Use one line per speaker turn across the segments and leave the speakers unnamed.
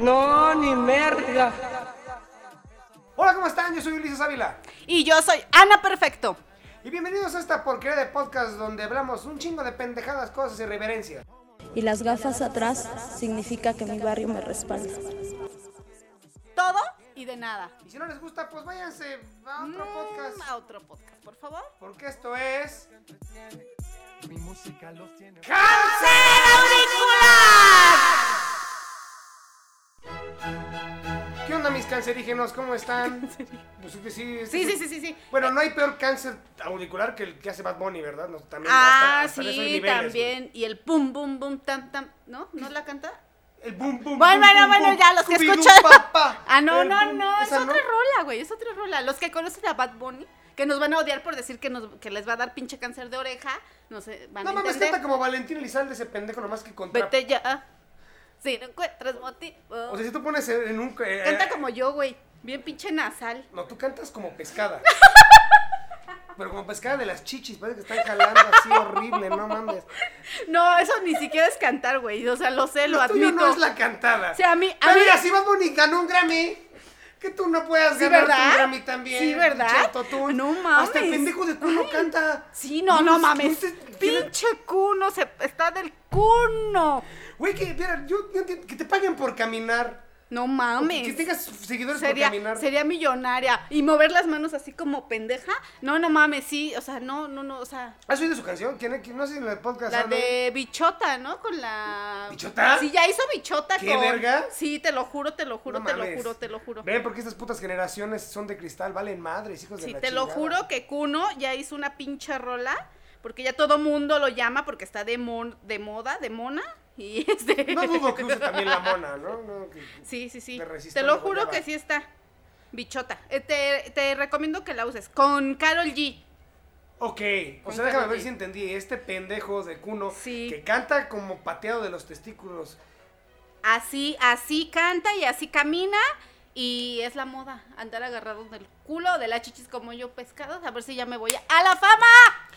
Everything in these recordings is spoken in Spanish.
No, ni merda.
Hola, ¿cómo están? Yo soy Ulises Ávila.
Y yo soy Ana Perfecto.
Y bienvenidos a esta porquería de podcast donde hablamos un chingo de pendejadas, cosas y reverencias.
y las gafas atrás significa que mi barrio me respalda.
Todo y de nada.
Y si no les gusta, pues váyanse a otro
Mm,
podcast.
A otro podcast, por favor.
Porque esto es... ¿Qué onda, mis cancerígenos? ¿Cómo están? Pues es que sí, es-
Sí, sí, sí, sí, sí.
Bueno, no hay peor cáncer auricular que el que hace Bad Bunny, ¿verdad? No, también
Ah,
hasta- hasta de esos
sí,
niveles,
también. Y el pum, bum, bum, tam, tam. ¿No? ¿No la canta?
güey. El boom, boom, boom,
Bueno, bueno,
boom,
bueno,
boom,
ya los que
Scooby-Doo,
escuchan.
papá.
Ah, no,
El
no,
boom.
no. Es
¿Esa
otra rola, güey. Es otra rola. Los que conocen a Bad Bunny, que nos van a odiar por decir que, nos, que les va a dar pinche cáncer de oreja, no sé, van
No
a
mames,
entender.
canta como Valentín Elizalde ese pendejo nomás que contra...
Vete ya. Si no encuentras motivo.
O sea, si tú pones en un... eh,
Canta como yo, güey. Bien pinche nasal.
No, tú cantas como pescada. Pero como pescada de las chichis, parece que están jalando así horrible, no mames.
No, eso ni siquiera es cantar, güey. O sea, lo sé, lo,
Lo tuyo
admito.
no es la cantada.
O sea, a mí- a
Pero
mí-
mira, si Bad Bunny ganó un Grammy, que tú no puedas
Sí,
ganar
¿verdad?
un Grammy también.
Sí, ¿verdad?
pinche autotune.
No mames.
Hasta el pendejo de culo
Ay.
canta.
Sí, no, no
es-
mames.
es- tiene-
Pinche cuno, se, está del cuno.
Güey, que, mira, yo, yo entiendo que te paguen por caminar.
No
o Que,
mames.
que tengas seguidores por
sería,
caminar.
sería millonaria. Y mover las manos así como pendeja. No, no mames, sí. O sea, no, no, no. O sea,
¿Has oído Ah, su canción? Tiene que, no sé si en el podcast.
la
hablo.
de Bichota, ¿no? Con la.
¿Bichota?
Sí, ya hizo Bichota
¿Qué,
con-
verga?
Sí, te lo juro, te lo juro,
No
te lo
mames.
juro, te lo juro.
Ven, porque estas putas generaciones son de cristal, valen madres, hijos de
Sí,
la
te lo
chingada.
juro que Kuno ya hizo una pinche rola, porque ya todo mundo lo llama porque está de, mon- de moda, de mona, y este...
No dudo que use también la mona, ¿no? No, que-
Sí, sí, sí.
Te resisto
Te
a
lo
la
juro
guayaba.
que sí está. Bichota. Eh, te, te recomiendo que la uses. Con Carol G.
Ok, o sea,
Cuéntame,
déjame ver
Luis.
si entendí. Este pendejo de Cuno
Sí.
que canta como pateado de los testículos.
Así, así canta y así camina. Y es la moda, andar agarrado del culo, de las chichis como yo pescados. A ver si ya me voy a, ¡a la fama.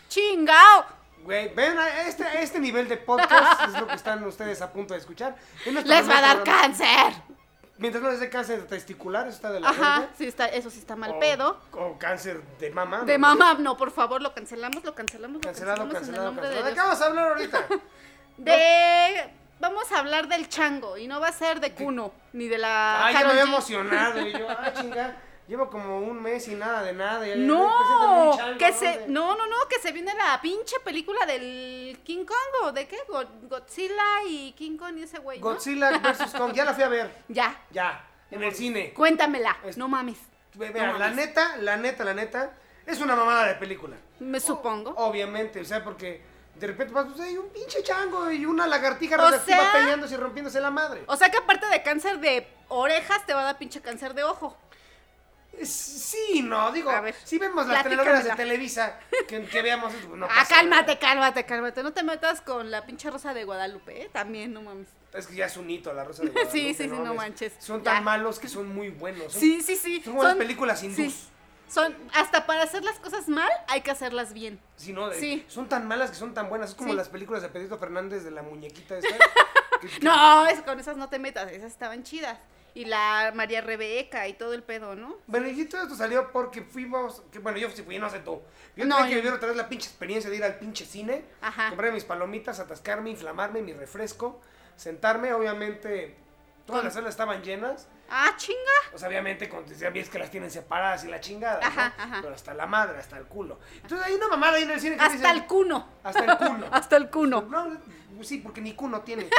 ¡Chingao!
Güey, ven, a este, a este nivel de podcast es lo que están ustedes a punto de escuchar. Es nuestro
¡Les va a
primer
dar
programa.
cáncer!
Mientras no les dé cáncer testicular, eso está de la
Ajá,
verga. Oh.
sí está, eso sí está mal
O-
pedo.
O cáncer de mamá.
De
¿no?
mamá, no, por favor, lo cancelamos, lo cancelamos, lo
Cancelado,
cancelamos
cancelado,
en el nombre
cancelado. ¿De
de
qué vamos a hablar ahorita?
Dios. De- Vamos a hablar del chango y no va a ser de Cuno, ni de la
Ay, ya me
Karol
había
G.
emocionado. Y yo, ah, chinga, llevo como un mes y nada de nada. ya- ya- preséntame un
No,
chango,
que
¿no?
se
De-
no, no, no, que se viene la pinche película del King Kong o de qué? Go- Godzilla y King Kong y ese güey, ¿no?
Godzilla vs. Kong, ya la fui a ver.
Ya,
Ya, en el cine.
cuéntamela,
Es-
no mames.
Vean, la
No mames.
neta, la neta, la neta, es una mamada de película.
Me supongo.
oh. Obviamente, o sea, porque de repente vas, pues, hay un pinche chango y una lagartija
O
radioactiva
sea-
peleándose y rompiéndose la madre.
O sea que aparte de cáncer de orejas te va a dar pinche cáncer de ojo.
Es- Sí, no, digo,
A ver,
si vemos las
platícamela.
telenovelas de Televisa, que, que veamos eso, pues, no
ah,
pasa
cálmate, cálmate, cálmate. No te metas con la pinche rosa de Guadalupe, ¿eh? También, no mames.
nada. Es que ya es un hito la Rosa de Guadalupe,
Sí, sí, sí, no
mames.
manches.
Son
Ya.
tan malos que son muy buenos. son-
Sí, sí, sí.
Son como las películas hindús.
sí. Son, hasta para hacer las cosas mal, hay que hacerlas bien.
Sí, no, de-
Sí.
son tan malas que son tan buenas. Es como
Sí.
las películas de Pedrito Fernández de la muñequita esta. que- que-
No, es- con esas no te metas, esas estaban chidas. Y la María Rebeca y todo el pedo, ¿no?
Bueno, y todo esto salió porque fuimos, que, bueno, yo sí fui, no sé tú. Yo
No,
tenía que
yo-
vivir otra vez la pinche experiencia de ir al pinche cine,
Ajá.
comprarme mis palomitas, atascarme, inflamarme, mi refresco, sentarme, obviamente todas
Con-
las salas estaban llenas,
Ah, chinga.
o sea, obviamente con ves que las tienen separadas y la chingada, ¿no?
Ajá, ajá.
pero hasta la madre, hasta el culo. Entonces hay una mamada ahí en el cine que
Hasta
dicen-
el cuno.
hasta el culo.
Hasta el cuno.
No, sí, porque ni cuno tiene.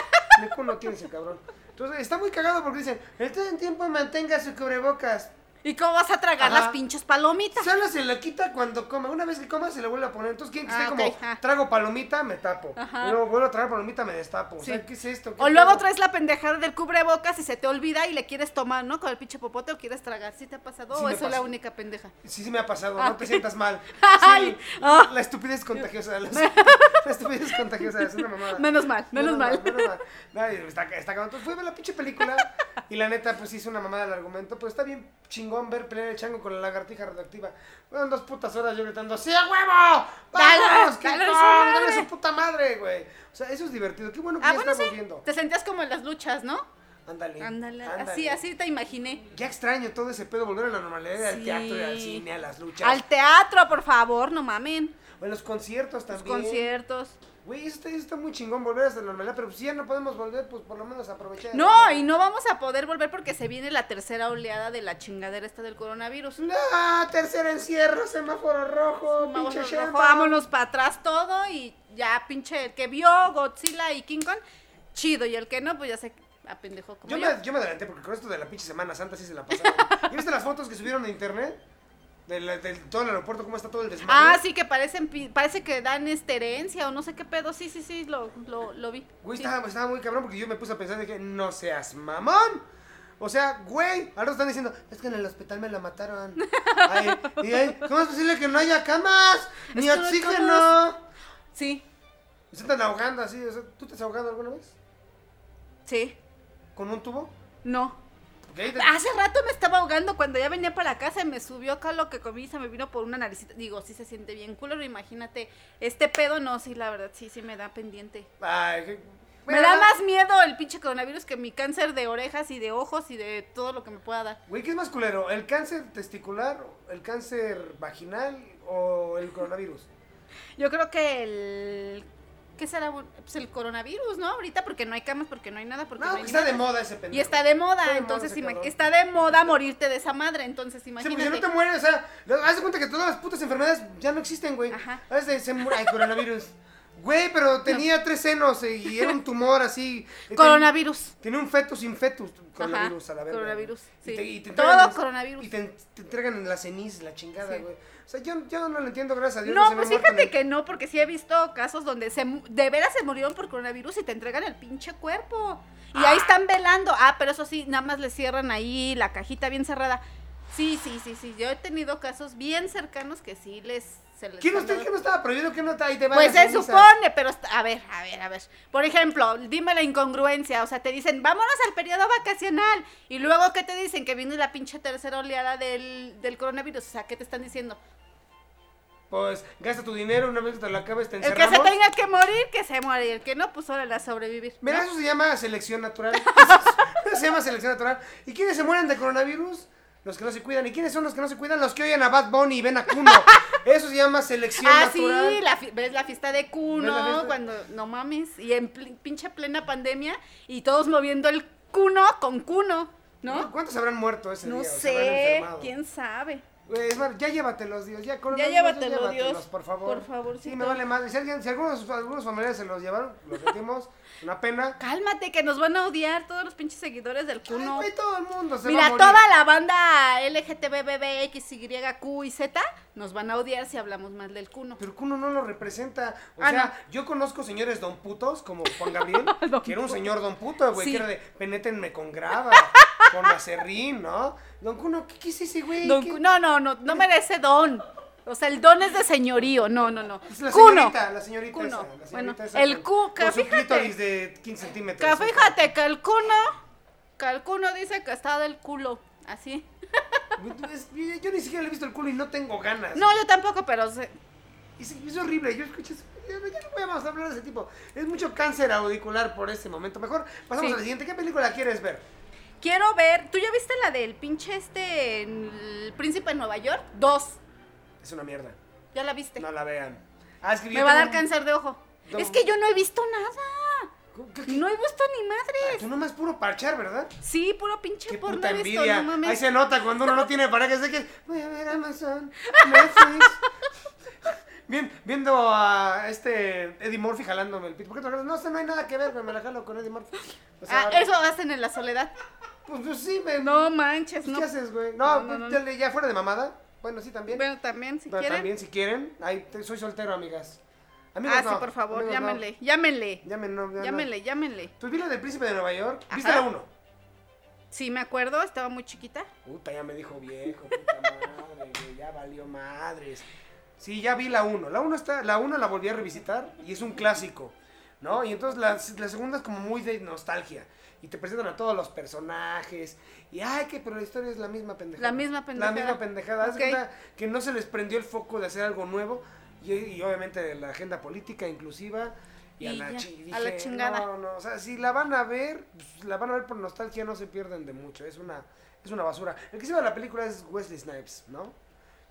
Ni cuno tiene ese cabrón. Entonces está muy cagado porque dicen, en todo el tiempo mantenga su cubrebocas.
¿Y cómo vas a tragar
Ajá.
las pinches palomitas?
Solo se lo quita cuando come. Una vez que coma se lo vuelve a poner. Entonces quieren que
Ah,
esté
ok,
como
ajá.
trago palomita, me tapo.
Ajá.
Y luego vuelvo a tragar palomita, me destapo. O sea,
Sí.
¿qué es esto? ¿Qué
O luego
pedo?
traes la pendejada del cubrebocas y se te olvida y le quieres tomar, ¿no? Con el pinche popote o quieres tragar. ¿Sí te ha pasado?
Sí
¿O
me
eso es la
pasó.
única pendeja?
Sí, sí me ha pasado,
Ah,
no te
ok.
sientas mal.
Ay,
Sí,
ah.
La estupidez es contagiosa. las- la estupidez es contagiosa, es una mamada.
Menos mal, menos mal.
menos mal. Nadie, está, está cabrón. Entonces fui a ver la pinche película y la neta, pues hice una mamada el argumento. Pues está bien chingón ver pelear el chango con la lagartija radioactiva. Fueron dos putas horas yo gritando, ¡Sí, a huevo!
Dale,
¡Vamos, King
dale su
Kong!
madre".
¡Dale su puta madre, güey! O sea, eso es divertido. Qué bueno que
Ah,
ya
bueno,
estamos
sí.
viendo.
Te sentías como en las luchas, ¿no?
Ándale.
Ándale,
ándale.
así, así te imaginé.
Ya extraño todo ese pedo, volver a la normalidad al
Sí.
teatro, al cine, a las luchas.
Al teatro, por favor, no mamen.
O en los conciertos
Los
también.
conciertos.
Güey, eso está, eso está muy chingón volver a la normalidad, pero si ya no podemos volver, pues por lo menos aprovechar.
No, y no vamos a poder volver porque se viene la tercera oleada de la chingadera esta del coronavirus.
No, tercer encierro, semáforo rojo,
Vámonos,
pinche
rojo,
shelter.
vámonos para atrás todo y ya pinche el que vio Godzilla y King Kong, chido, y el que no, pues ya se apendejó como
Yo
yo.
me, yo me adelanté porque con esto de la pinche Semana Santa sí se la pasaron. ¿Y viste las fotos que subieron a internet? Del, del- todo el aeropuerto, cómo está todo el desmadre.
Ah, sí, que parecen, pi- parece que dan este herencia o no sé qué pedo. Sí, sí, sí, lo, lo, lo vi.
Güey,
Sí.
estaba, estaba muy cabrón porque yo me puse a pensar, dije, no seas mamón. O sea, güey, ahora están diciendo, es que en el hospital me la mataron. Ay, y, ay, ¿Cómo es posible que no haya camas? Ni
Es que no hay
oxígeno.
camas. Sí,
Se están ahogando así. o sea, ¿Tú te has ahogado alguna vez?
sí,
¿Con un tubo?
no.
Porque ahí te-
Hace rato me estaba ahogando cuando ya venía para la casa y me subió acá lo que comí y se me vino por una naricita. Digo, sí se siente bien culero, imagínate. Este pedo no, sí, la verdad, sí, sí me da pendiente.
Ay, qué-
me
Bueno,
da
no-
más miedo el pinche coronavirus que mi cáncer de orejas y de ojos y de todo lo que me pueda dar.
Güey, ¿qué es más culero? ¿El cáncer testicular, el cáncer vaginal o el coronavirus?
Yo creo que el... ¿Qué será? Pues el coronavirus, ¿no? Ahorita porque no hay camas, porque no hay nada, porque no,
No,
hay
que está de
nada.
moda ese pendejo.
Y está de moda,
Está de moda
entonces
ese
ima-
cabrón.
está de moda morirte de esa madre, entonces
Sí,
imagínate.
porque si no te mueres, o sea, lo- haz de cuenta que todas las putas enfermedades ya no existen, güey.
Ajá.
A veces se muere, ay, coronavirus. Güey, pero tenía tres senos eh, y era un tumor así. Eh,
Coronavirus.
ten- Tenía un fetus sin fetus, coronavirus a la verga.
coronavirus,
Y
sí.
te- y te
Todo
entregan las-
coronavirus.
Y te, te entregan en la ceniz, la chingada,
Sí.
güey. O sea, yo, yo no lo entiendo, gracias a Dios. se
No,
me
pues
ha muerto
fíjate
ni-
que no, porque sí he visto casos donde se, mu- de veras se murieron por coronavirus y te entregan el pinche cuerpo. Y ahí están velando. Ah, pero eso sí, nada más le cierran ahí la cajita bien cerrada. Sí, sí, sí, sí. Yo he tenido casos bien cercanos que sí les... Se les
¿Quién
han
usted
dado-
que no estaba prohibido que no está ahí te va
Pues
la
se
ceniza?
supone, pero est- a ver, a ver, a ver. Por ejemplo, dime la incongruencia, o sea, te dicen, vámonos al periodo vacacional. Y luego, ¿qué te dicen? Que viene la pinche tercera oleada del, del coronavirus. O sea, ¿qué te están diciendo?
Pues gasta tu dinero, una vez que te lo acabes, te
El que se
encerramos.
tenga que morir, que se muera. Y el que no, pues órale a sobrevivir.
Mira,
¿no?
eso se llama selección natural. Eso se llama selección natural. ¿Y quiénes se mueren de coronavirus? Los que no se cuidan. ¿Y quiénes son los que no se cuidan? Los que oyen a Bad Bunny y ven a Kuno. Eso se llama selección
Ah,
natural.
sí, la fi- ves la fiesta de
¿Ves la
cuno,
fiesta?
cuando no mames, y en pl- pinche plena pandemia, y todos moviendo el cuno con cuno, ¿no?
¿Cuántos habrán muerto ese
No
día? ¿O se habrán
sé,
enfermado?
quién sabe.
Güey, es más, ya llévatelos, Dios. Ya,
Ya
coronavirus,
llévatelo,
llévatelos,
Dios.
por favor.
Por favor,
Sí,
sí,
me
te-
vale más. Si, alguien, si algunos, de sus- algunos familiares se los llevaron, los sentimos. Una pena.
Cálmate, que nos van a odiar todos los pinches seguidores del
Ay,
cuno.
güey, todo el mundo se va a
Mira,
morir.
toda la banda LGTBBBXY, Q y Z nos van a odiar si hablamos mal del cuno.
Pero Kuno no lo representa. O
Ah,
sea,
no.
yo conozco señores don putos como Juan Gabriel, que era un señor don puto, güey,
Sí.
que era de penétenme con grava, con acerrín, ¿no? Don Kuno, ¿qué, qué es ese güey?
Don
¿Qué-
Cu- No, no, no, no merece don. O sea, el don es de señorío, no, no, no.
Es Pues la
Cuno.
señorita, la señorita
Kuno.
esa, la señorita
Bueno,
esa
el
con-
cu- que
con su
fíjate.
clítoris de 15 centímetros.
Que fíjate que el cuno, que el cuno dice que está del culo, así.
Es- Yo ni siquiera le he visto el culo y no tengo ganas.
No, yo tampoco, pero se-
Es, es horrible, yo escuché eso. Ya, ya no podemos hablar de ese tipo. Es mucho cáncer audicular por este momento. Mejor pasamos
Sí.
a la siguiente. ¿Qué película quieres ver?
quiero ver. ¿Tú ya viste la del pinche este, el príncipe de Nueva York? Dos.
Es una mierda.
¿Ya la viste?
No la vean. Ah, es que yo
Este. Me va a
tengo
dar
un-
cáncer de ojo.
No.
Es que yo no he visto nada.
¿Qué- qué-
No he visto ni
Ah,
madres.
Tú nomás puro parchar, ¿verdad?
Sí, puro pinche
Qué
porno
puta
he visto,
envidia.
no mames.
Ahí se nota cuando uno no tiene pareja. Es de que voy a ver Amazon, Netflix. Bien, viendo a este Eddie Murphy jalándome el pito. ¿Por qué te lo jalas? No, o sea, no hay nada que ver, güey. Me la jalo con Eddie Murphy. O sea,
Ah, eso hacen en la soledad.
Pues, pues sí, me.
No manches,
¿Qué
no.
haces, güey?
No,
No,
no, no,
pues, dale, ya fuera de mamada. Bueno, sí, también.
Bueno, también, si
Pero
quieren.
también, si quieren. Ahí, te- soy soltero, amigas. Amigos,
ah, sí,
no,
por favor,
amigos, no.
llámenle, llámenle.
Llámenle, no, ya no.
Llámenle, llámenle.
Pues vi la del Príncipe de Nueva York. ¿Viste
Ajá.
la uno?
Sí, me acuerdo, estaba muy chiquita.
Puta, ya me dijo viejo, puta madre, güey, ya valió madres. Sí, ya vi la 1. La 1 está, la 1 la volví a revisitar y es un clásico, ¿no? Y entonces la, la segunda es como muy de nostalgia y te presentan a todos los personajes y ay, que pero la historia es la misma pendejada.
La misma pendejada.
La misma pendejada, Haz de
Ok.
cuenta que no se les prendió el foco de hacer algo nuevo y, y obviamente la agenda política inclusiva Y, a,
Y
la
ya,
chi-
a la
dije,
chingada.
No, no, o sea, si la van a ver, pues, la van a ver por nostalgia, no se pierden de mucho. Es una, es una basura. El que se ve la película es Wesley Snipes, ¿no?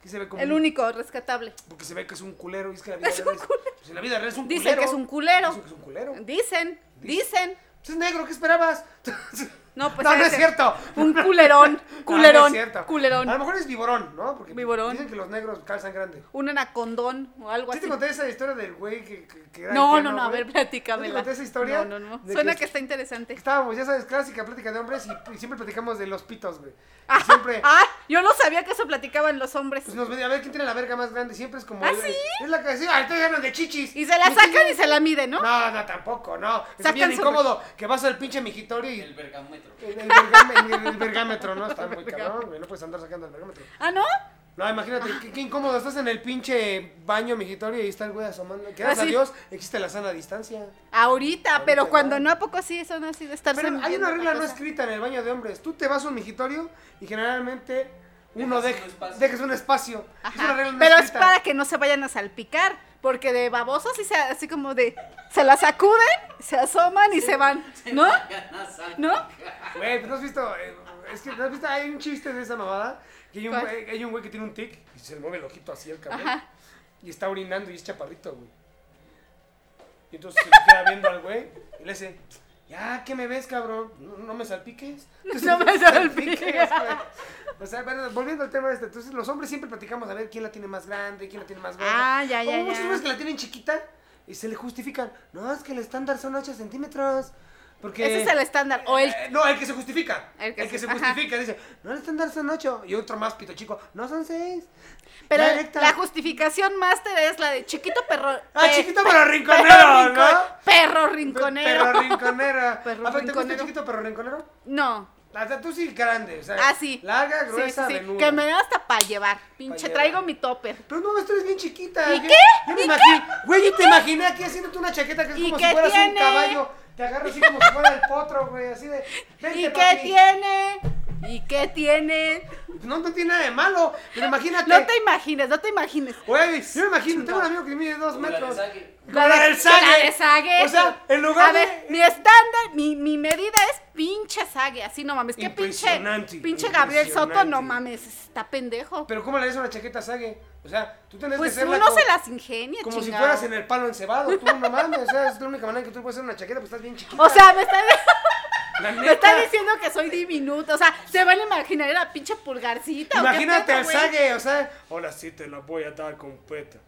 Que se ve como
El
un-
único rescatable.
Porque se ve que es un culero. Y es que la vida real es, pues, en la vida real es un
Dicen
culero.
que es un culero.
Dicen que es un culero.
Dicen, dicen.
Pues es negro, ¿qué esperabas?
No, pues
no, no
ese-
es cierto. Ah,
Un culerón,
No,
culerón,
no es cierto. Ah,
culerón.
A lo mejor es viborón, ¿no? Porque
Viborón.
dicen que los negros calzan grande.
Un anacondón o algo
¿Sí
así.
te conté esa historia del güey que, que, que era
No, no,
ingenuo,
no, a
güey?
ver, platícamela.
¿No te conté esa historia?
No, no, no.
De
Suena
que- este-
que, está interesante.
Estábamos, ya sabes, clásica plática de hombres y, y siempre platicamos de los pitos, güey. Y
Ah,
Siempre,
ah, yo no sabía que eso platicaban los hombres.
pues nos ven- a ver quién tiene la verga más grande. Siempre es como.
¿Ah,
eh,
sí?
Es la que sí, ah, entonces hablan de chichis.
Y se la
Mi
sacan
chichis-
y se la miden, ¿no?
Pues No, no, tampoco, no. Es
Sacan
bien
su-
incómodo que vas al pinche mijitorio y.
El
El,
bergamómetro.
el vergame- el- el vergámetro, ¿no? Está muy cabrón, güey. No puedes andar sacando el vergámetro.
Ah, ¿no?
No, imagínate, qué, qué incómodo. Estás en el pinche baño mijitorio y ahí está el güey asomando. Que gracias
Ah, sí.
a Dios existe la sana distancia.
Ahorita, pero
Ahorita
cuando
no.
no, ¿a poco sí son así de estarse
Pero hay
midiendo
una regla no
otra cosa?
escrita en el baño de hombres. Tú te vas a un mijitorio y generalmente uno
Dejas
deja,
un espacio.
dejas un espacio. Es
Ajá,
una regla no
pero es
escrita.
para que no se vayan a salpicar, porque de babosos sí se, así como de, se la sacuden, se asoman y se van, ¿no? ¿No?
Güey, pero ¿no has visto? Eh, es que, ¿no has visto? Hay un chiste de esa mamada. Que hay un,
¿Cuál?
güey- hay un güey que tiene un tic y se le mueve el ojito así el cabrón.
Ajá.
Y está orinando y es chaparrito, güey. Y entonces se le queda viendo al güey y le dice, ya, ¿qué me ves, cabrón? No, no me salpiques.
No me salpiques.
güey. O sea, bueno, volviendo al tema este, entonces los hombres siempre platicamos a ver quién la tiene más grande, quién la tiene más grande.
Ah, ya, ya,
Como muchos
ya.
hombres que la tienen chiquita y se le justifican, no, es que el estándar son 8 centímetros. Porque...
Ese es el estándar, o el
Eh, no, el que se justifica.
El
El
que
que,
se-
se
ajá.
justifica dice, no, el estándar son ocho. Y otro más pito chico, no son seis.
Pero
Ya, recta.
la justificación máster es la de chiquito perro.
Ah,
pe-
chiquito
pe-
pero rinconero,
rincon-
¿no?
Perro rinconero.
Perro rinconera.
Perro
A ver, ¿te gusta
rinconero.
chiquito perro rinconero?
No.
La de tú sí grande, o sea,
Ah, sí.
larga,
Sí,
gruesa,
sí, sí.
venuda.
Que me da hasta para llevar. Pinche,
llevar.
traigo mi topper.
Pero no, esto eres bien chiquita.
¿Y
yo-
qué?
Yo me
¿Y
imagino, güey, yo te imaginé aquí haciéndote una chaqueta que es
¿Y
como
qué
si fueras
tiene?
un caballo. Te agarro así como si fuera el potro, güey, así de, vente,
¿Y qué
papi.
tiene? ¿Y qué tiene?
No, no tiene nada de malo, pero imagínate.
No te imagines, no te imagines.
Güey, yo me imagino, tengo un amigo que mide dos
Como la de
metros.
Sage.
Como la del Sage.
La de Sage.
O sea, en lugar
A
de-
ver, mi estándar, mi, mi medida es pinche sague. Así no mames. ¿Qué pinche?
Impresionante,
Pinche Gabriel Soto, no
impresionante.
mames. Está pendejo.
Pero ¿cómo le haces una chaqueta sague? O sea, tú tendrías que
Pues
hacerla
uno
como,
se las ingenia,
como si
chingado.
fueras en el palo encebado. Tú no mames, o sea, es la única manera en que tú puedes hacer una chaqueta, pues estás bien chiquita.
O sea, me está...
La
Me está
neta.
diciendo que soy diminuta, o sea, se van a imaginar la pinche pulgarcita. o qué
Imagínate
pedo,
al
güey?
sague, o sea, ahora sí te la voy a dar completa.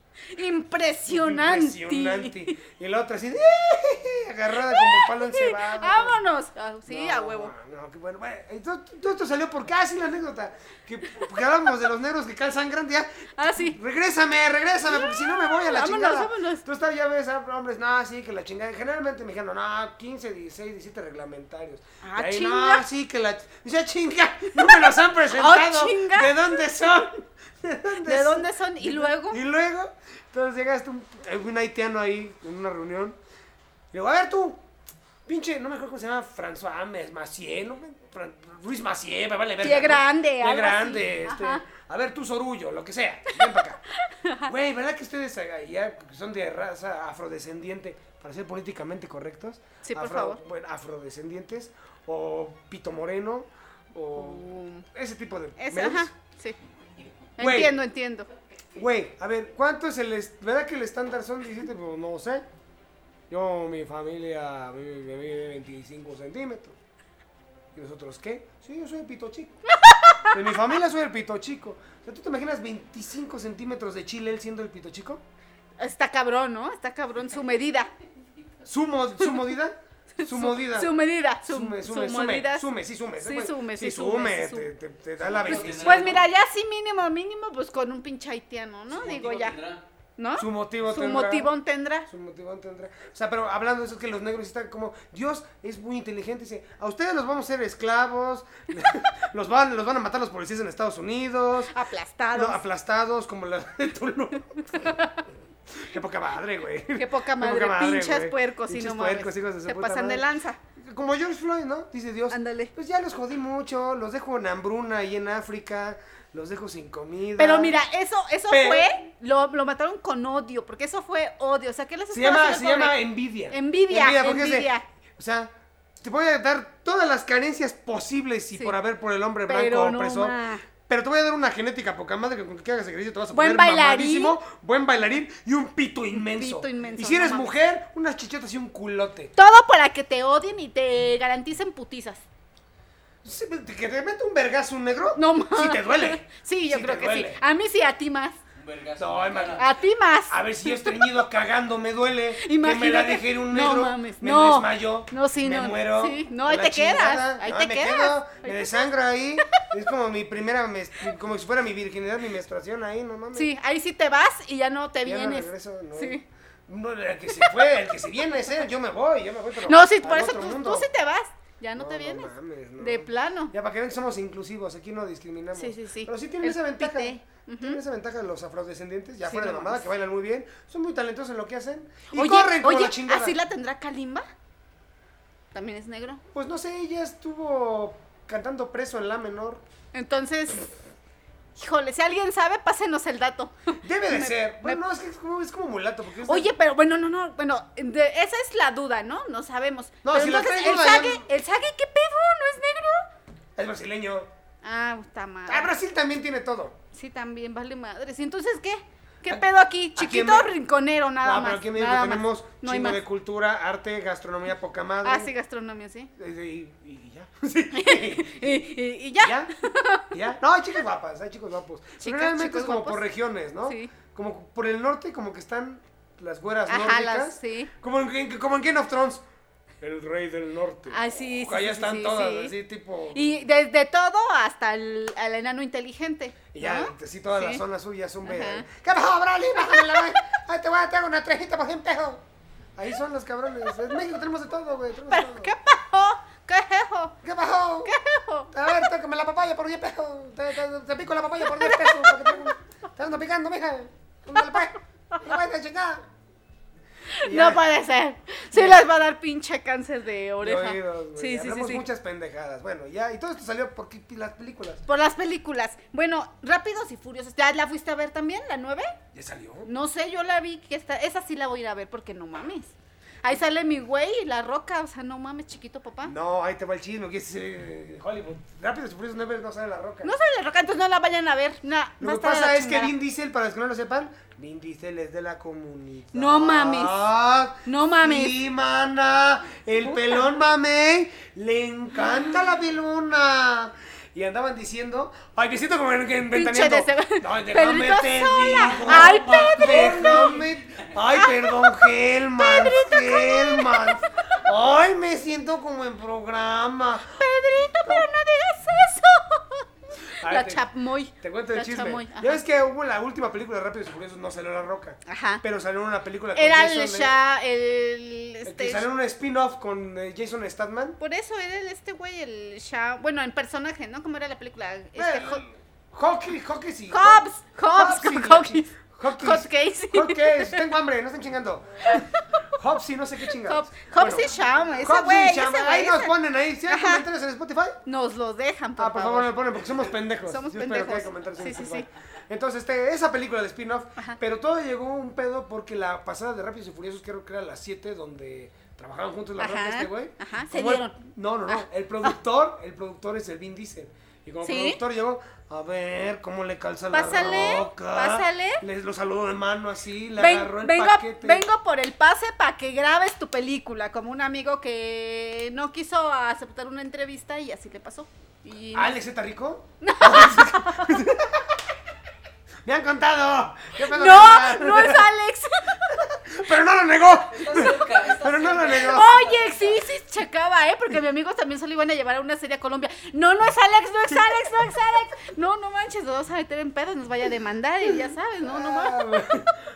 Impresionante.
Impresionante. Y la otra así, ¡eh! agarrada como palo encebado.
Vámonos. Ah, sí,
No,
a huevo.
No, qué bueno. Bueno, entonces, todo esto salió por casi la anécdota. Que, que hablamos de los negros que calzan grande. Ya,
Ah, sí.
Regrésame, regrésame, porque si no me voy a la
Vámonos,
chingada.
vámonos.
Tú estás, ya ves, ah, hombres, no, sí, que la chingada. Generalmente me dijeron, no, 15, 16, 17 reglamentarios.
Ah,
Y ahí,
chinga.
No, sí, que la. Dice, "Ah, chinga, no me los han presentado.
Ah, chinga.
¿De dónde son? ¿De dónde
¿De dónde son? Y luego.
Y luego, entonces llegaste un, un haitiano ahí en una reunión. Y digo, a ver tú, pinche, no me acuerdo cómo se llama, François Mes- Maciel, no me- Fran- Luis Maciel, me vale verga.
Pie
¿no?
grande,
Pie
algo
grande,
así,
este.
ajá.
A ver tú, Sorullo, lo que sea, ven para acá. Güey, ¿verdad que ustedes eh, ya son de raza afrodescendiente, para ser políticamente correctos?
Sí, por
Afro-
favor.
Bueno, afrodescendientes, o pito moreno, o
Um,
ese tipo de...
Es,
memes.
ajá, sí.
Güey.
Entiendo, entiendo.
Güey, a ver, ¿cuánto es el... est- ¿Verdad que el estándar son 17? Pues no sé. Yo, mi familia, mi, mi- mi- 25 centímetros. ¿Y nosotros qué? Sí, yo soy el pito chico. De mi familia soy el pito chico. O sea, ¿tú te imaginas 25 centímetros de chile él siendo el pito chico?
Está cabrón, ¿no? Está cabrón su medida.
¿Su, mo- su modida? Su modida.
Su medida. Su,
Sume,
su
sume,
medida.
sume, sume, sí, sume.
Sí,
güey.
sume, sí,
sí,
sume,
sume.
sí,
Te,
sume.
te- te da la
Pues,
25.
Pues mira, ya sí mínimo, mínimo, pues con un pinche haitiano, ¿no?
Su
Digo
motivo
ya.
tendrá.
¿No?
Su motivo
Su
tendrá.
motivón tendrá.
Su motivón tendrá. O sea, pero hablando de eso, es que los negros están como, Dios es muy inteligente. Dice, a ustedes los vamos a hacer esclavos, los, van, los van a matar los policías en Estados Unidos,
Aplastados.
no, aplastados como la de Tulum. Qué poca madre, güey.
Qué poca madre, pinches
güey.
puercos, sí,
Pinches
no mames.
puercos, hijos de su
Se
puta
pasan
madre.
de lanza.
Como George Floyd, ¿no? Dice Dios.
Ándale.
Pues ya los jodí mucho, los dejo en hambruna y en África, los dejo sin comida.
Pero mira, eso, eso
Pero-
fue, lo, lo mataron con odio, porque eso fue odio. O sea, ¿qué les
Se
estaba
llama, se
haciendo el
llama
pobre?
envidia.
Envidia,
porque es de-
envidia.
o sea, te voy a dar todas las carencias posibles y
Sí.
por haber por el hombre blanco
Pero no,
opresor.
ma.
Pero te voy a dar una genética poca madre que con que hagas ejercicio te vas a
Buen
poner
bailarín.
mamadísimo, buen bailarín y un pito inmenso.
pito inmenso,
y si eres
no mames.
mujer, unas chichotas y un culote.
Todo para que te odien y te garanticen putizas.
Sí, Que te mete un vergazo un negro.
No mames.
Sí te duele.
Sí, yo
Sí
creo
te
que
duele.
sí. A mí sí, a ti más.
Un vergazo.
No,
en la
hermano.
cara.
A ti más.
A ver si yo estreñido cagando me duele. Que me la
Imagínate.
dejé en un
No
negro.
mames,
me
no.
desmayo.
No, sí,
me
no,
muero.
sí, no,
a
ahí
la
te quedas,
chingada,
ahí
no,
te
me
quedas,
quedo,
ahí
me
te
desangro ahí. Es como mi primera, mes- como si fuera mi virginidad, mi menstruación ahí, no mames.
Sí, ahí sí te vas y ya no te
Ya no
vienes.
regreso, no.
Sí.
No, el que se fue, el que se viene es él. Yo me voy, yo me voy. Pero
No, sí,
al
por eso
otro
tú,
mundo.
tú sí te vas. Ya no, te vienes.
mames, no.
De plano.
Ya, para que vean que somos inclusivos, aquí no discriminamos.
Sí, sí, sí.
Pero sí tienen
El
esa ventaja.
pite.
Tienen esa ventaja los afrodescendientes, ya
Sí,
fuera de
no
mamada,
mames.
que bailan muy bien, son muy talentosos en lo que hacen y corren como
oye,
la chingada.
¿así la tendrá Kalimba? También es negro.
Pues no sé, ella estuvo cantando preso en la menor.
Entonces, híjole, si alguien sabe, pásenos el dato.
Debe de
Me-
ser.
me-
Bueno, no, es que es como, es como mulato. Porque es-
Oye, pero bueno, no, no, bueno, de- esa es la duda, ¿no? No sabemos.
No,
pero
si la
entonces,
traigo,
el
la-
sague, el sague, ¿qué pedo? ¿No es negro?
es brasileño.
Ah, está mal.
Ah, Brasil también tiene todo.
Sí, también, vale madres. ¿Y entonces qué? ¿Qué pedo aquí?
aquí
Chiquito
en Me-
rinconero, nada
no,
más.
Ah, pero aquí en México
nada más.
tenemos
no hay
chingo
más.
de cultura, arte, gastronomía, poca madre.
Ah, sí, gastronomía, sí.
Y, y- y ya. Sí.
Y, y- y ya.
¿Ya? ¿Ya? No, hay chicas guapas, hay chicos guapos. Pero
Chicas,
realmente
chicos
es como
guapos.
por regiones, ¿no?
Sí.
Como por el norte, como que están las güeras
Ajá,
nórdicas.
las, sí.
Como en, en- como en Game of Thrones. El rey del norte.
Ah, sí, sí,
Allá
sí,
están
sí,
todas,
sí.
así tipo. Y,
Y desde todo hasta el, al enano inteligente.
ya,
¿no?
así todas las
Sí.
zonas suyas son de.
Ajá.
¿Qué pasó, Broly? Bájame la mano. Ahí te voy a traer una trejita por 100 pesos. Ahí son los cabrones. En México tenemos de todo, güey. tenemos de
Pero,
todo.
¿qué pasó? ¿Qué es eso?
¿Qué pasó?
¿Qué es eso?
A ver, tócame la papaya por 10 pesos. Te, te- te pico la papaya por 10 pesos. porque te- Te ando picando, mija. Ándale, pues. No vayas a chingar. Y ya.
No puede ser. Sí les va a dar pinche cáncer de
De
oreja.
oídos, güey.
sí, sí, sí,
Hablamos
sí.
muchas pendejadas. Bueno, ya. Y todo esto salió por qui- las películas.
Por las películas. Bueno, Rápidos y Furiosos. ¿Ya la fuiste a ver también, la 9?
¿Ya salió?
No sé, yo la vi que está... Esa sí la voy a ir a ver porque no mames. Ahí sale mi güey y la roca. O sea, no mames, chiquito papá. No,
No, ahí te va el chisme. Que es eh, Hollywood. Rápido, si furioso, no ves, no sale la roca.
sale la roca, entonces no la vayan a ver. Nah,
Lo
más
que
tarde
pasa
la
es que
chingada.
Vin Diesel, para los que no lo sepan, Vin Diesel es de la comunidad.
No mames. No mames.
Sí, mana. El
Puta.
pelón mame. Le encanta la pelona. Y andaban diciendo, ay, me siento como en, en
Pinche
ventaneando.
de-
No, déjame
Pedrito
te
Sola.
digo,
Ay, Ah.
déjame- Ay, perdón, Helman. Helman. Ay, me siento como en programa.
Pedrito, pero no digas eso.
Ahora
la
Ah, te-
chapmoy.
Te cuento el
la
chisme.
chamoy,
Ya
ajá.
ves que hubo la última película de Rápidos y Furiosos, no salió La Roca.
Ajá.
Pero salió una película con
Era el
Jason-
ya, el...
eh,
Este,
que salió un spin-off con eh, Jason Statham.
Por eso era el- este güey, el Sha. Bueno, en personaje, ¿no? ¿Cómo era la película? Este,
Eh,
Ho-
Hockey, hockey sí.
Hobbs,
Hobbs
Hobbs,
y-
Hockey.
Hockey.
Hotcakes.
Hotcakes, tengo hambre, no estén chingando. Hobbs y no sé qué chingados.
Hobbs, Hobbs y Sham, ese
Hobbs y
güey, ese
Sham,
güey.
Ahí nos
ese-
ponen ahí, ¿sí hay
Ajá.
comentarios en Spotify?
Nos lo dejan, por,
Ah, por favor, no lo ponen porque somos pendejos.
Somos
Yo espero que
pendejos.
haya comentarios en
Sí, sí,
Spotify.
sí.
Entonces, este, esa película de spin-off,
Ajá.
pero todo llegó a un pedo porque la pasada de Rápidos y Furiosos, creo que era las 7, donde trabajaban juntos la
Ajá,
roca y este güey.
ajá, se
Como el-
dieron. Ah.
no, no, no, el productor, el productor es el Vin Diesel. Y como
¿Sí?
productor llegó, a ver, ¿cómo le calza
Pásale,
la roca?
pásale.
Les lo saludó de mano así, le
Ven-
agarró el
vengo,
paquete.
vengo por el pase para que grabes tu película, como un amigo que no quiso aceptar una entrevista y así le pasó. Y
¿Alex está rico? ¡Me han contado! ¿Qué pedo,
no,
carnal?
no es Alex.
¡Pero no lo negó!
Está cerca, está
Pero no lo negó.
Oye, sí, sí, checaba, ¿eh? Porque mis amigos también se lo iban a llevar a una serie a Colombia. No, no es Alex, no es Alex, no es Alex. No, no manches, nos vamos a meter en pedos, nos vaya a demandar y ya sabes, no, no manches.
Ah, bueno.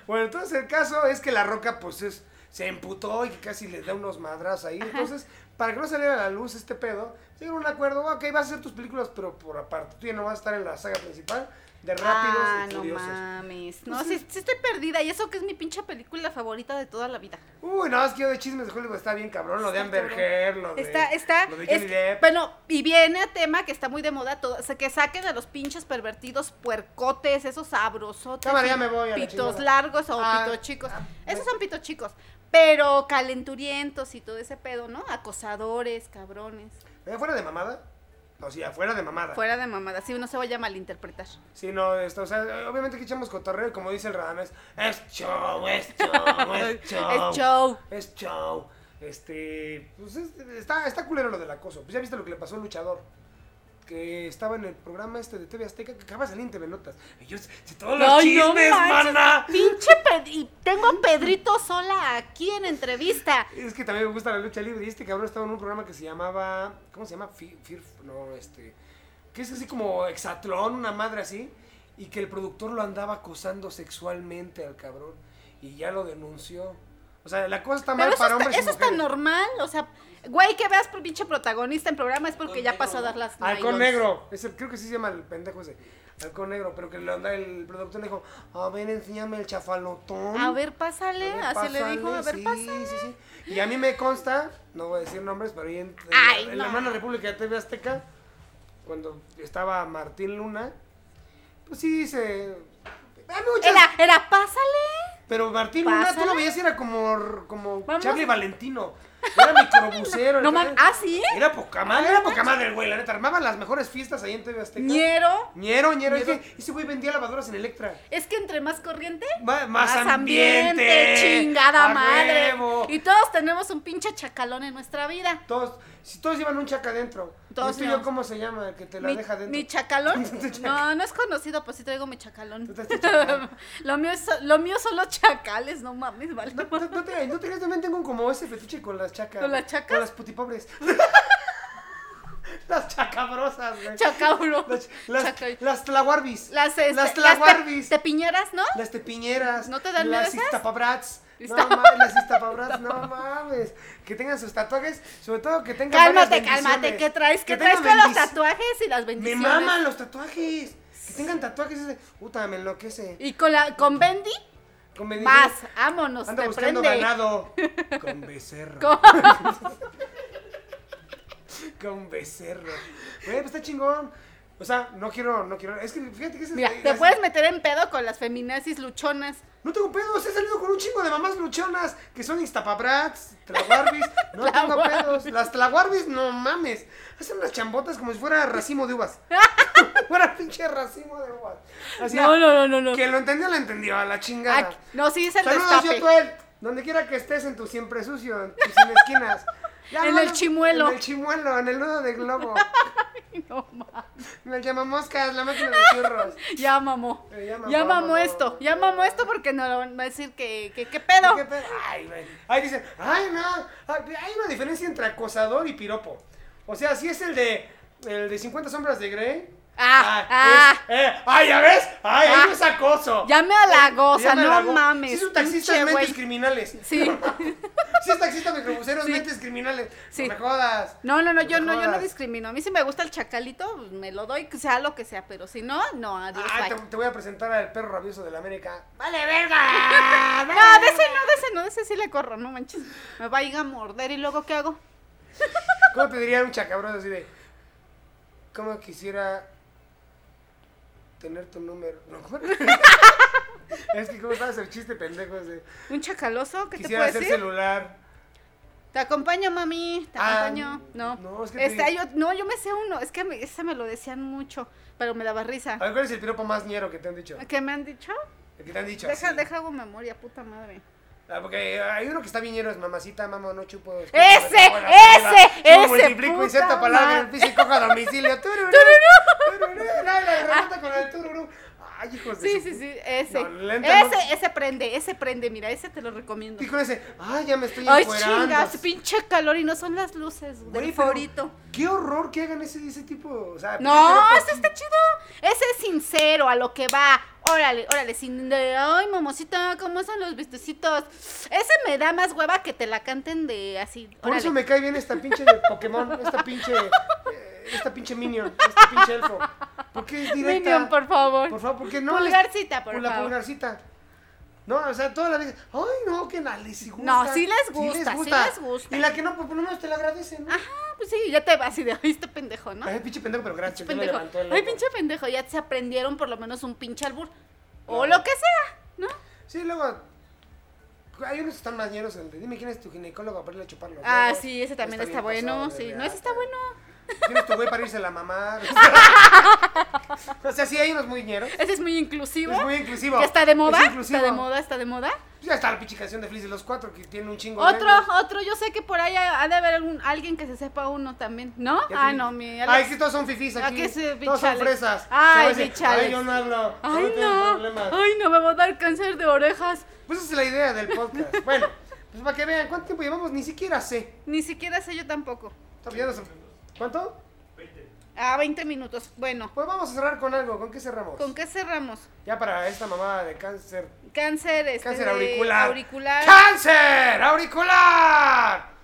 Bueno, entonces el caso es que la roca, pues es- se emputó y que casi le da unos madrazos ahí. Entonces, para que no saliera a la luz este pedo, se dieron un acuerdo. Ok, vas a hacer tus películas, pero por aparte. Tú ya no vas a estar en la saga principal. de Rápidos
Ah,
y
no
Furiosos. Pues
mames. No, sí, sí estoy perdida. Y eso que es mi pinche película favorita de toda la vida.
Uy, no, es que yo de chismes de Hollywood está bien cabrón, lo de
Está
Amber
cabrón.
Heard, lo de,
Está, está.
lo de
es
Johnny
que-
Depp.
bueno, y viene a tema que está muy de moda todo. O sea, que saquen a los pinches pervertidos puercotes, esos sabrosotes.
Cámara,
y
ya me voy a la
Pitos
chingada.
largos o
Ah,
pitos chicos.
ah,
esos son pitos chicos. Pero calenturientos y todo ese pedo, ¿no? Acosadores, cabrones.
Eh, ¿Fuera de mamada? O sea, fuera de mamada.
Fuera de mamada. Así uno se vaya a malinterpretar.
Sí, no, esto, o sea, obviamente que echamos cotorreo y como dice el Radamés, es show, es show, es show.
Es show.
Es show. Este, pues es- está, está culero lo del acoso. Pues ya viste lo que le pasó a un luchador. Que estaba en el programa este de TV Azteca que acaba de salir en TV Notas. Y yo, si todos los
Ay, no
chismes,
manches,
mana.
Pinche Ped- y tengo a Pedrito sola aquí en entrevista.
Es que también me gusta la lucha libre. Y este cabrón estaba en un programa que se llamaba. ¿Cómo se llama? Fi- Fir- no, este. Que es así como Exatlón, una madre así. Y que el productor lo andaba acosando sexualmente al cabrón. Y ya lo denunció. O sea, la cosa está mal
Pero eso,
para
está,
hombres y
eso está
mujeres.
normal, o sea, güey, que veas por pinche protagonista en programa es porque ya pasó a dar las
Halcón
nylons.
negro. Ese, creo que sí se llama el pendejo ese. Halcón negro. Pero que le anda el productor le dijo: A ver, enséñame el chafalotón.
A ver, pásale,
A ver,
así le dijo, a ver,
sí,
pásale.
sí, sí. Y a mí me consta, no voy a decir nombres, pero ahí en, en
Ay,
la- en
no.
la hermana República de TV Azteca, cuando estaba Martín Luna, pues sí se... hay muchas-
Era, era, pásale.
pero Martín Luna, tú
pásala.
lo veías y era como, r- como
Vamos.
Charlie Valentino. Era microbusero.
No
era-
mames, ¿ah, sí? Ah,
Era poca madre, era poca madre el güey, la neta. Armaban las mejores fiestas ahí en TV Azteca.
Ñero.
Ñero, ñero. es
Ñero.
que ese güey vendía lavadoras en Electra.
Es que entre más corriente,
Ma- Más,
chingada
a
madre.
huevo.
Y todos tenemos un pinche chacalón en nuestra vida.
Todos, si todos llevan un chaca adentro. ¿Y
Todos
el tuyo
llevan-
cómo se llama? El que te la
mi,
deja adentro.
mi chacalón?
Tu chacal.
No, no es conocido, pues sí traigo mi chacalón.
Tú traes tu chacal.
lo, mío es, lo mío son los chacales, no mames, vale.
No, no, no te, no te creas, también tengo como ese fetiche con las chacas.
¿Con las
güey.
chacas?
Con las putipobres. las chacabrosas, güey.
Chacabro.
Las, las,
Chaca-
las tlahuarbis.
Las, este,
las
las
tlahuarbis.
te, piñeras, ¿no?
Las tepiñeras.
¿No te dan miedo
Las
esas?
istapabrats. No
Iztapa-
mames, las istapabrats, no mames. Que tengan sus tatuajes, sobre todo que tengan varias
Cálmate, cálmate,
bendiciones.
¿qué traes? ¿Qué
Que
traes
tengan
con los
bendic-
tatuajes y las
Me
bendiciones?
maman los tatuajes. Que tengan tatuajes es de, puta, me enloquece.
Y con la con Bendy,
Con bendiciones.
vas, vámonos,
Anda
te
buscando
prende.
ganado. Con becerro.
Con-
Con becerro. Güey, pues está chingón. O sea, no quiero, no quiero. Es que fíjate que ese-
Mira, te
las-
puedes meter en pedo con las feminazis luchonas.
No tengo pedos, he salido con un chingo de mamás luchonas que son instapabrats, tlaguarbis. No tengo pedos. Las tlaguarbis, no mames. Hacen unas chambotas como si fuera racimo de uvas. Como si fuera pinche racimo de uvas. O sea,
no, no, no, no, no.
Quien lo entendió, lo entendió, a la chingada.
Aquí- no, sí es el
Saludos,
destape.
yo Tuel. Donde quiera que estés, en tu siempre sucio, en tus sin esquinas. Ya,
En el
mano,
chimuelo.
En el chimuelo, en el nudo de globo.
No mames.
En el llamamoscas, la máquina de churros.
Ya mamó.
Eh, ya mamó,
Ya mamó
mamó,
esto.
mamó.
Ya mamó esto porque no lo van a decir que, que, qué pedo.
¿Qué pedo? Ay, güey. Ahí dicen, ay, no. ah, Hay una diferencia entre acosador y piropo. O sea, si es el de, el de 50 sombras de Grey.
Ah,
es- eh, ay, ya ves. Ay,
Ah.
ahí no es acoso.
Ya me halagó, o sea,
Ya me
no
halagó.
mames.
Si es un taxista de
pinche
mentes
güey.
criminales.
Sí.
Si es taxista microbuseros, mentes criminales.
Sí.
No me jodas.
No, no,
No
no, yo no, yo no
jodas.
discrimino. A mí si me gusta el chacalito, pues, me lo doy, que sea lo que sea, pero si no, no, adiós.
Ah,
bye.
te, te voy a presentar al perro rabioso de la América.
No, de ese no, de ese no, de ese sí le corro, no manches. Me va a ir a morder y luego ¿qué hago?
¿Cómo te diría un chacabroso así de. ¿Cómo quisiera tener tu número? No, ¿cómo? es que, ¿cómo estabas el chiste pendejo? ese?
¿Un chacaloso? ¿Qué
Quisiera
te puedo
hacer
decir?
celular. Te
Te acompaño, mami, te
Ah,
acompaño. No,
no, es que te
Este,
digo-
yo, no, yo me sé uno, es que me- ese me lo decían mucho, pero me daba risa.
A ver, ¿cuál es el piropo más ñero que te han dicho?
¿Qué me han dicho?
El que te han dicho.
Deja,
así.
deja hago memoria, puta madre.
Ah, porque hay uno que está bien ñero, es mamacita, mamá, no chupo. escupo,
Ese,
me cago en la
ese,
saliva,
ese,
no multiplico,
puta
inserta palabra en el
madre.
piso y coja a domicilio. Tururú, tururú. tururú, la, la, remata con el tururú. Ay, hijos de
Sí,
su
sí, sí, ese.
Pues No, lenta no.
ese, ese prende, ese prende, mira, ese te lo recomiendo.
Y con ese, ay, ya me estoy
Ay,
encuerando.
chingas, pinche calor y no son las luces güey,
Güey,
del
pero
forito.
Qué horror que hagan ese, ese tipo, o sea.
No,
pero-
ese está chido. Ese es sincero, a lo que va. Órale, órale, sin de, ay, mamosita, ¿cómo son los vistecitos? Ese me da más hueva que te la canten de así.
Por eso
órale.
me cae bien esta pinche de Pokémon, esta pinche, eh, esta pinche Minion, este pinche elfo. Porque es directa.
Minion, por favor.
Por favor, porque no. les-
Pulgarcita, por
con la
favor.
pulgarcita. No, o sea, todas las veces. Ay, no, que na- les gusta.
No, sí les gusta, sí les gusta.
Y la que no, pues por lo menos te la agradecen. ¿no?
Ajá, pues sí, ya te vas y de, "Ay, este pendejo, ¿no?
Ay, pinche pendejo, pero gracias. ya me
pendejo.
levantó el
Ay,
hombro.
pinche pendejo, ya se aprendieron por lo menos un pinche albur. O lo que sea, ¿no?
Sí, luego. Hay unos que están más llenos. el de, Dime quién es tu ginecólogo para irle a chupar los
Ah,
dedos".
sí, ese también está,
bien
bueno.
pasado de
Sí, no, ese está
reata.
bueno.
¿Quién es tu güey para irse a la mamá? o sea, sí, hay unos muy ñeros.
Ese es muy inclusivo.
Es muy inclusivo.
que está de moda.
Es inclusivo.
Está de moda, está de moda.
Ya está la pichicación de Feliz de los Cuatro, que tiene un chingo
Otro,
de.
otro, yo sé que por ahí ha ha de haber algún, alguien que se sepa uno también, ¿no?
Ya
Ah,
te-
no, mi
Ay,
Alex.
sí, todos son fifís
Ah,
aquí.
que se-
todos son
bichales.
fresas.
Ay,
Se va a decir,
bichales.
Ay, yo no hablo. yo
Ay,
tengo problemas".
no. Ay, no, me va a dar cáncer de orejas.
Pues esa es la idea del podcast. bueno, pues para que vean, ¿cuánto tiempo llevamos? Ni siquiera sé.
Ni siquiera sé yo tampoco.
Está bien, nos- ¿Cuánto?
Ah, 20 minutos. Bueno,
Pues vamos a cerrar con algo. ¿Con qué cerramos?
¿con qué cerramos?
Ya para esta mamada de cáncer.
Cáncer, este,
Cáncer
de
auricular.
auricular.
¡Cáncer auricular!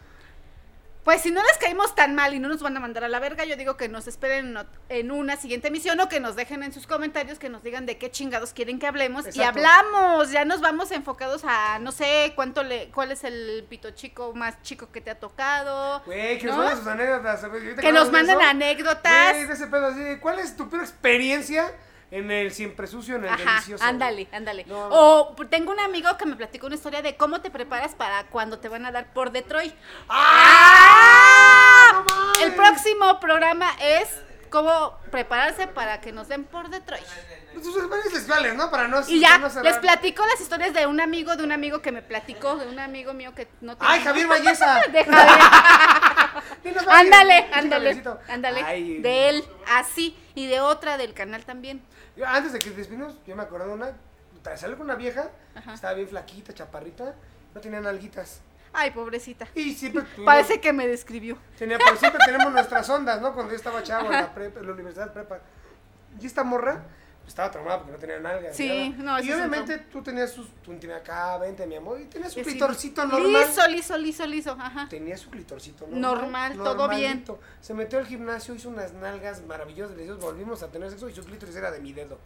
Pues si no les caímos tan mal y no nos van a mandar a la verga, yo digo que nos esperen en ot- en una siguiente emisión o que nos dejen en sus comentarios que nos digan de qué chingados quieren que hablemos y
Exacto.
hablamos. Ya nos vamos enfocados a no sé cuánto le cuál es el pito chico más chico que te ha tocado.
Güey, que nos
¿no?
manden sus anécdotas. ahorita
Que nos
hablamos de
manden
eso,
anécdotas.
Güey, de ese pedo así de, ¿cuál es tu peor experiencia en el siempre sucio, en el
Ajá,
delicioso?
ándale, ándale.
No,
o tengo un amigo que me platicó una historia de cómo te preparas para cuando te van a dar por Detroit.
¡Ah! ¡No mames!
El próximo programa es cómo prepararse para que nos den por Detroit.
Pues Sus experiencias les valen, ¿no? Para no
Y
para
ya,
no cerrar.
les platico las historias de un amigo, de un amigo que me platicó, de un amigo mío que no
¡Ay, Javier Valleza!
De Javier.
Dinos, vale,
ándale,
pinche
ándale,
Javiercito. Ay,
ándale. De él, así. Y de otra del canal también.
yo- antes de que despidamos, yo me acordé de una. puta, Salió con una vieja, estaba bien flaquita, chaparrita, no tenía nalguitas.
Ay, pobrecita.
Y siempre tuvimos-
Parece que me describió.
Tenía, pero siempre tenemos nuestras ondas, ¿no? Cuando yo estaba chavo en la, prepa, en la universidad prepa. Y esta morra pues, estaba traumada porque no tenía nalga. ni
Sí,
nada.
no, ese
Y
es un
obviamente tú tenías sus, tú tenías acá, 20, mi amor, y tenías su
Que sí.
clitorcito normal.
Liso, liso, liso, liso. Ajá.
Tenía su clitorcito normal.
Normal, todo bien.
normalito. Se metió al gimnasio, hizo unas nalgas maravillosas, deliciosas, volvimos a tener sexo y su clítoris era de mi dedo.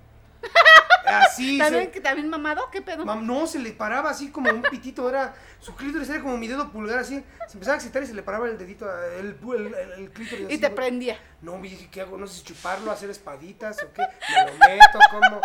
Así.
¿También,
se-
¿También mamado? ¿Qué pedo?
Mam, no, se le paraba así como un pitito, era, su clítoris era como mi dedo pulgar, así, se empezaba a excitar y se le paraba el dedito, el, pu- el, el- el clítoris.
Y
así,
te
güey.
prendía.
No, me dije, ¿qué hago? No sé si chuparlo, hacer espaditas o qué. Me lo meto, ¿cómo?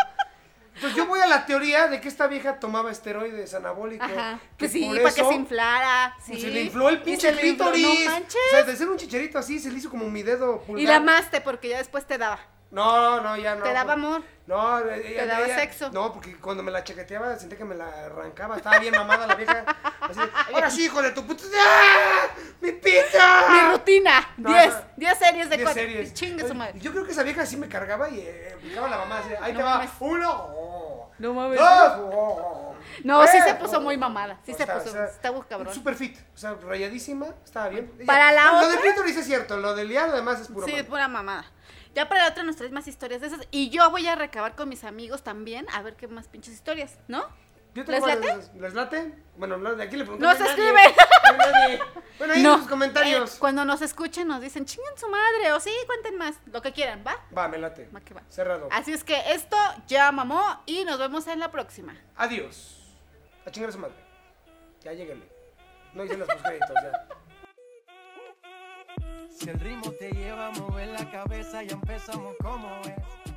Entonces yo voy a la teoría de que esta vieja tomaba esteroides anabólicos.
Ajá.
que
Pues sí,
por
para que
eso,
se inflara. Sí.
pues, Se le infló el
Y
pinche
se le infló,
clítoris.
No
o
manches.
sea, de ser un chicherito así, se le hizo como mi dedo pulgar.
Y la amaste porque ya después te daba.
No, no, ya no.
te daba
porque-
amor.
No, eh, ella-
daba
ella-
sexo.
No, porque cuando me la chaqueteaba sentía que me la arrancaba. Estaba bien mamada la vieja. Así, de, ahora sí, hijo de tu puta. ¡Ah! ¡Mi pita!
Mi rutina.
Ah. No,
10.
no.
10 series de
Diez
4.
series.
Chingue su
Oye,
madre.
Yo creo que esa vieja sí me cargaba y eh, aplicaba la mamá. Así, ahí
No
te va.
mames.
Uno. oh,
No
Dos.
mames.
oh,
No, sí
tres,
se puso
oh.
muy mamada, sí
O
se
sea,
puso,
o sea,
está muy cabrón.
Super fit. O sea, rayadísima. Estaba bien. Ella-
Para la
No, Lo
otra-
del clítoris es cierto. Lo del liado además es puro.
Sí,
mal.
pura mamada. Ya para la otra nos traes más historias de esas. Y yo voy a recabar con mis amigos también a ver qué más pinches historias, ¿no?
Yo
¿Les
tengo varias
late?
de esas. ¿Les late? Bueno, no, de aquí le pregunté.
Nos
no hay nadie.
escriben.
No hay nadie. Bueno, ahí en sus
Eh,
comentarios.
cuando nos escuchen nos dicen, chingan su madre, o sí, cuenten más, lo que quieran, ¿va?
Va, me late.
Va que va. Ah.
Cerrado.
Así es que esto ya mamó y nos vemos en la próxima.
Adiós. A chingar a su madre. Ya lléguenle. No hice los créditos ya.
Si el ritmo te lleva a mover la cabeza, ya empezamos como es.